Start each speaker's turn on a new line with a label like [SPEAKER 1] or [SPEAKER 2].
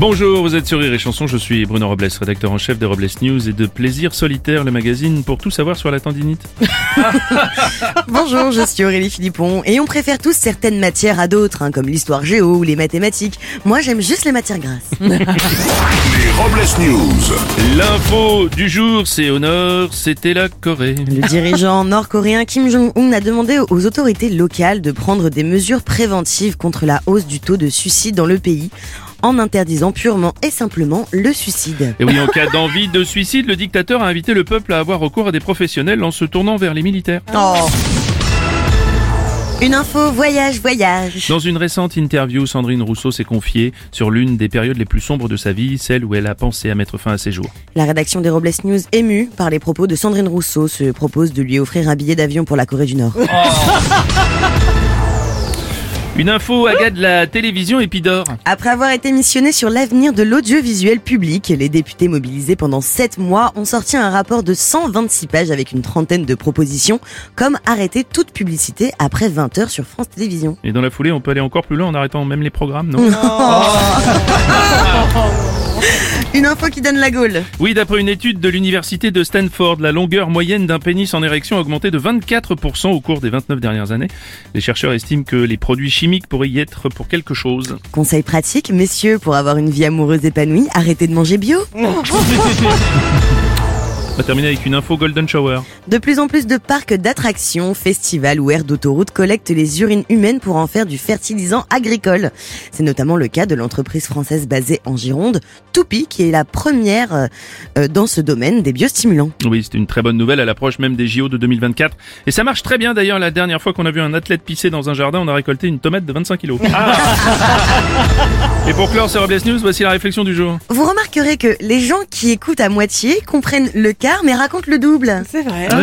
[SPEAKER 1] Bonjour, vous êtes sur Rire et Chanson, je suis Bruno Robles, rédacteur en chef de Robles News et de Plaisir Solitaire, le magazine pour tout savoir sur la tendinite.
[SPEAKER 2] Bonjour, je suis Aurélie Philippon et on préfère tous certaines matières à d'autres, hein, comme l'histoire géo ou les mathématiques. Moi, j'aime juste les matières grasses.
[SPEAKER 3] Les Robles News.
[SPEAKER 1] L'info du jour, c'est au nord, c'était la Corée.
[SPEAKER 2] Le dirigeant nord-coréen Kim Jong-un a demandé aux autorités locales de prendre des mesures préventives contre la hausse du taux de suicide dans le pays en interdisant purement et simplement le suicide.
[SPEAKER 1] Et oui, en cas d'envie de suicide, le dictateur a invité le peuple à avoir recours à des professionnels en se tournant vers les militaires.
[SPEAKER 2] Oh. Une info voyage voyage.
[SPEAKER 1] Dans une récente interview, Sandrine Rousseau s'est confiée sur l'une des périodes les plus sombres de sa vie, celle où elle a pensé à mettre fin à ses jours.
[SPEAKER 2] La rédaction des Robles News émue par les propos de Sandrine Rousseau se propose de lui offrir un billet d'avion pour la Corée du Nord.
[SPEAKER 1] Une info, Agathe, la télévision Épidore.
[SPEAKER 2] Après avoir été missionné sur l'avenir de l'audiovisuel public, les députés mobilisés pendant 7 mois ont sorti un rapport de 126 pages avec une trentaine de propositions, comme arrêter toute publicité après 20h sur France Télévisions.
[SPEAKER 1] Et dans la foulée, on peut aller encore plus loin en arrêtant même les programmes, non
[SPEAKER 2] Une info qui donne la gaule.
[SPEAKER 1] Oui, d'après une étude de l'université de Stanford, la longueur moyenne d'un pénis en érection a augmenté de 24% au cours des 29 dernières années. Les chercheurs estiment que les produits chimiques pourraient y être pour quelque chose.
[SPEAKER 2] Conseil pratique, messieurs, pour avoir une vie amoureuse épanouie, arrêtez de manger bio.
[SPEAKER 1] On va terminer avec une info Golden Shower.
[SPEAKER 2] De plus en plus de parcs d'attractions, festivals ou aires d'autoroute collectent les urines humaines pour en faire du fertilisant agricole. C'est notamment le cas de l'entreprise française basée en Gironde, Toupi, qui est la première euh, euh, dans ce domaine des biostimulants.
[SPEAKER 1] Oui, c'est une très bonne nouvelle à l'approche même des JO de 2024. Et ça marche très bien d'ailleurs. La dernière fois qu'on a vu un athlète pisser dans un jardin, on a récolté une tomate de 25 kilos. Et pour clore ce Robles News, voici la réflexion du jour.
[SPEAKER 2] Vous remarquerez que les gens qui écoutent à moitié comprennent le quart mais racontent le double.
[SPEAKER 4] C'est vrai.
[SPEAKER 1] Oui,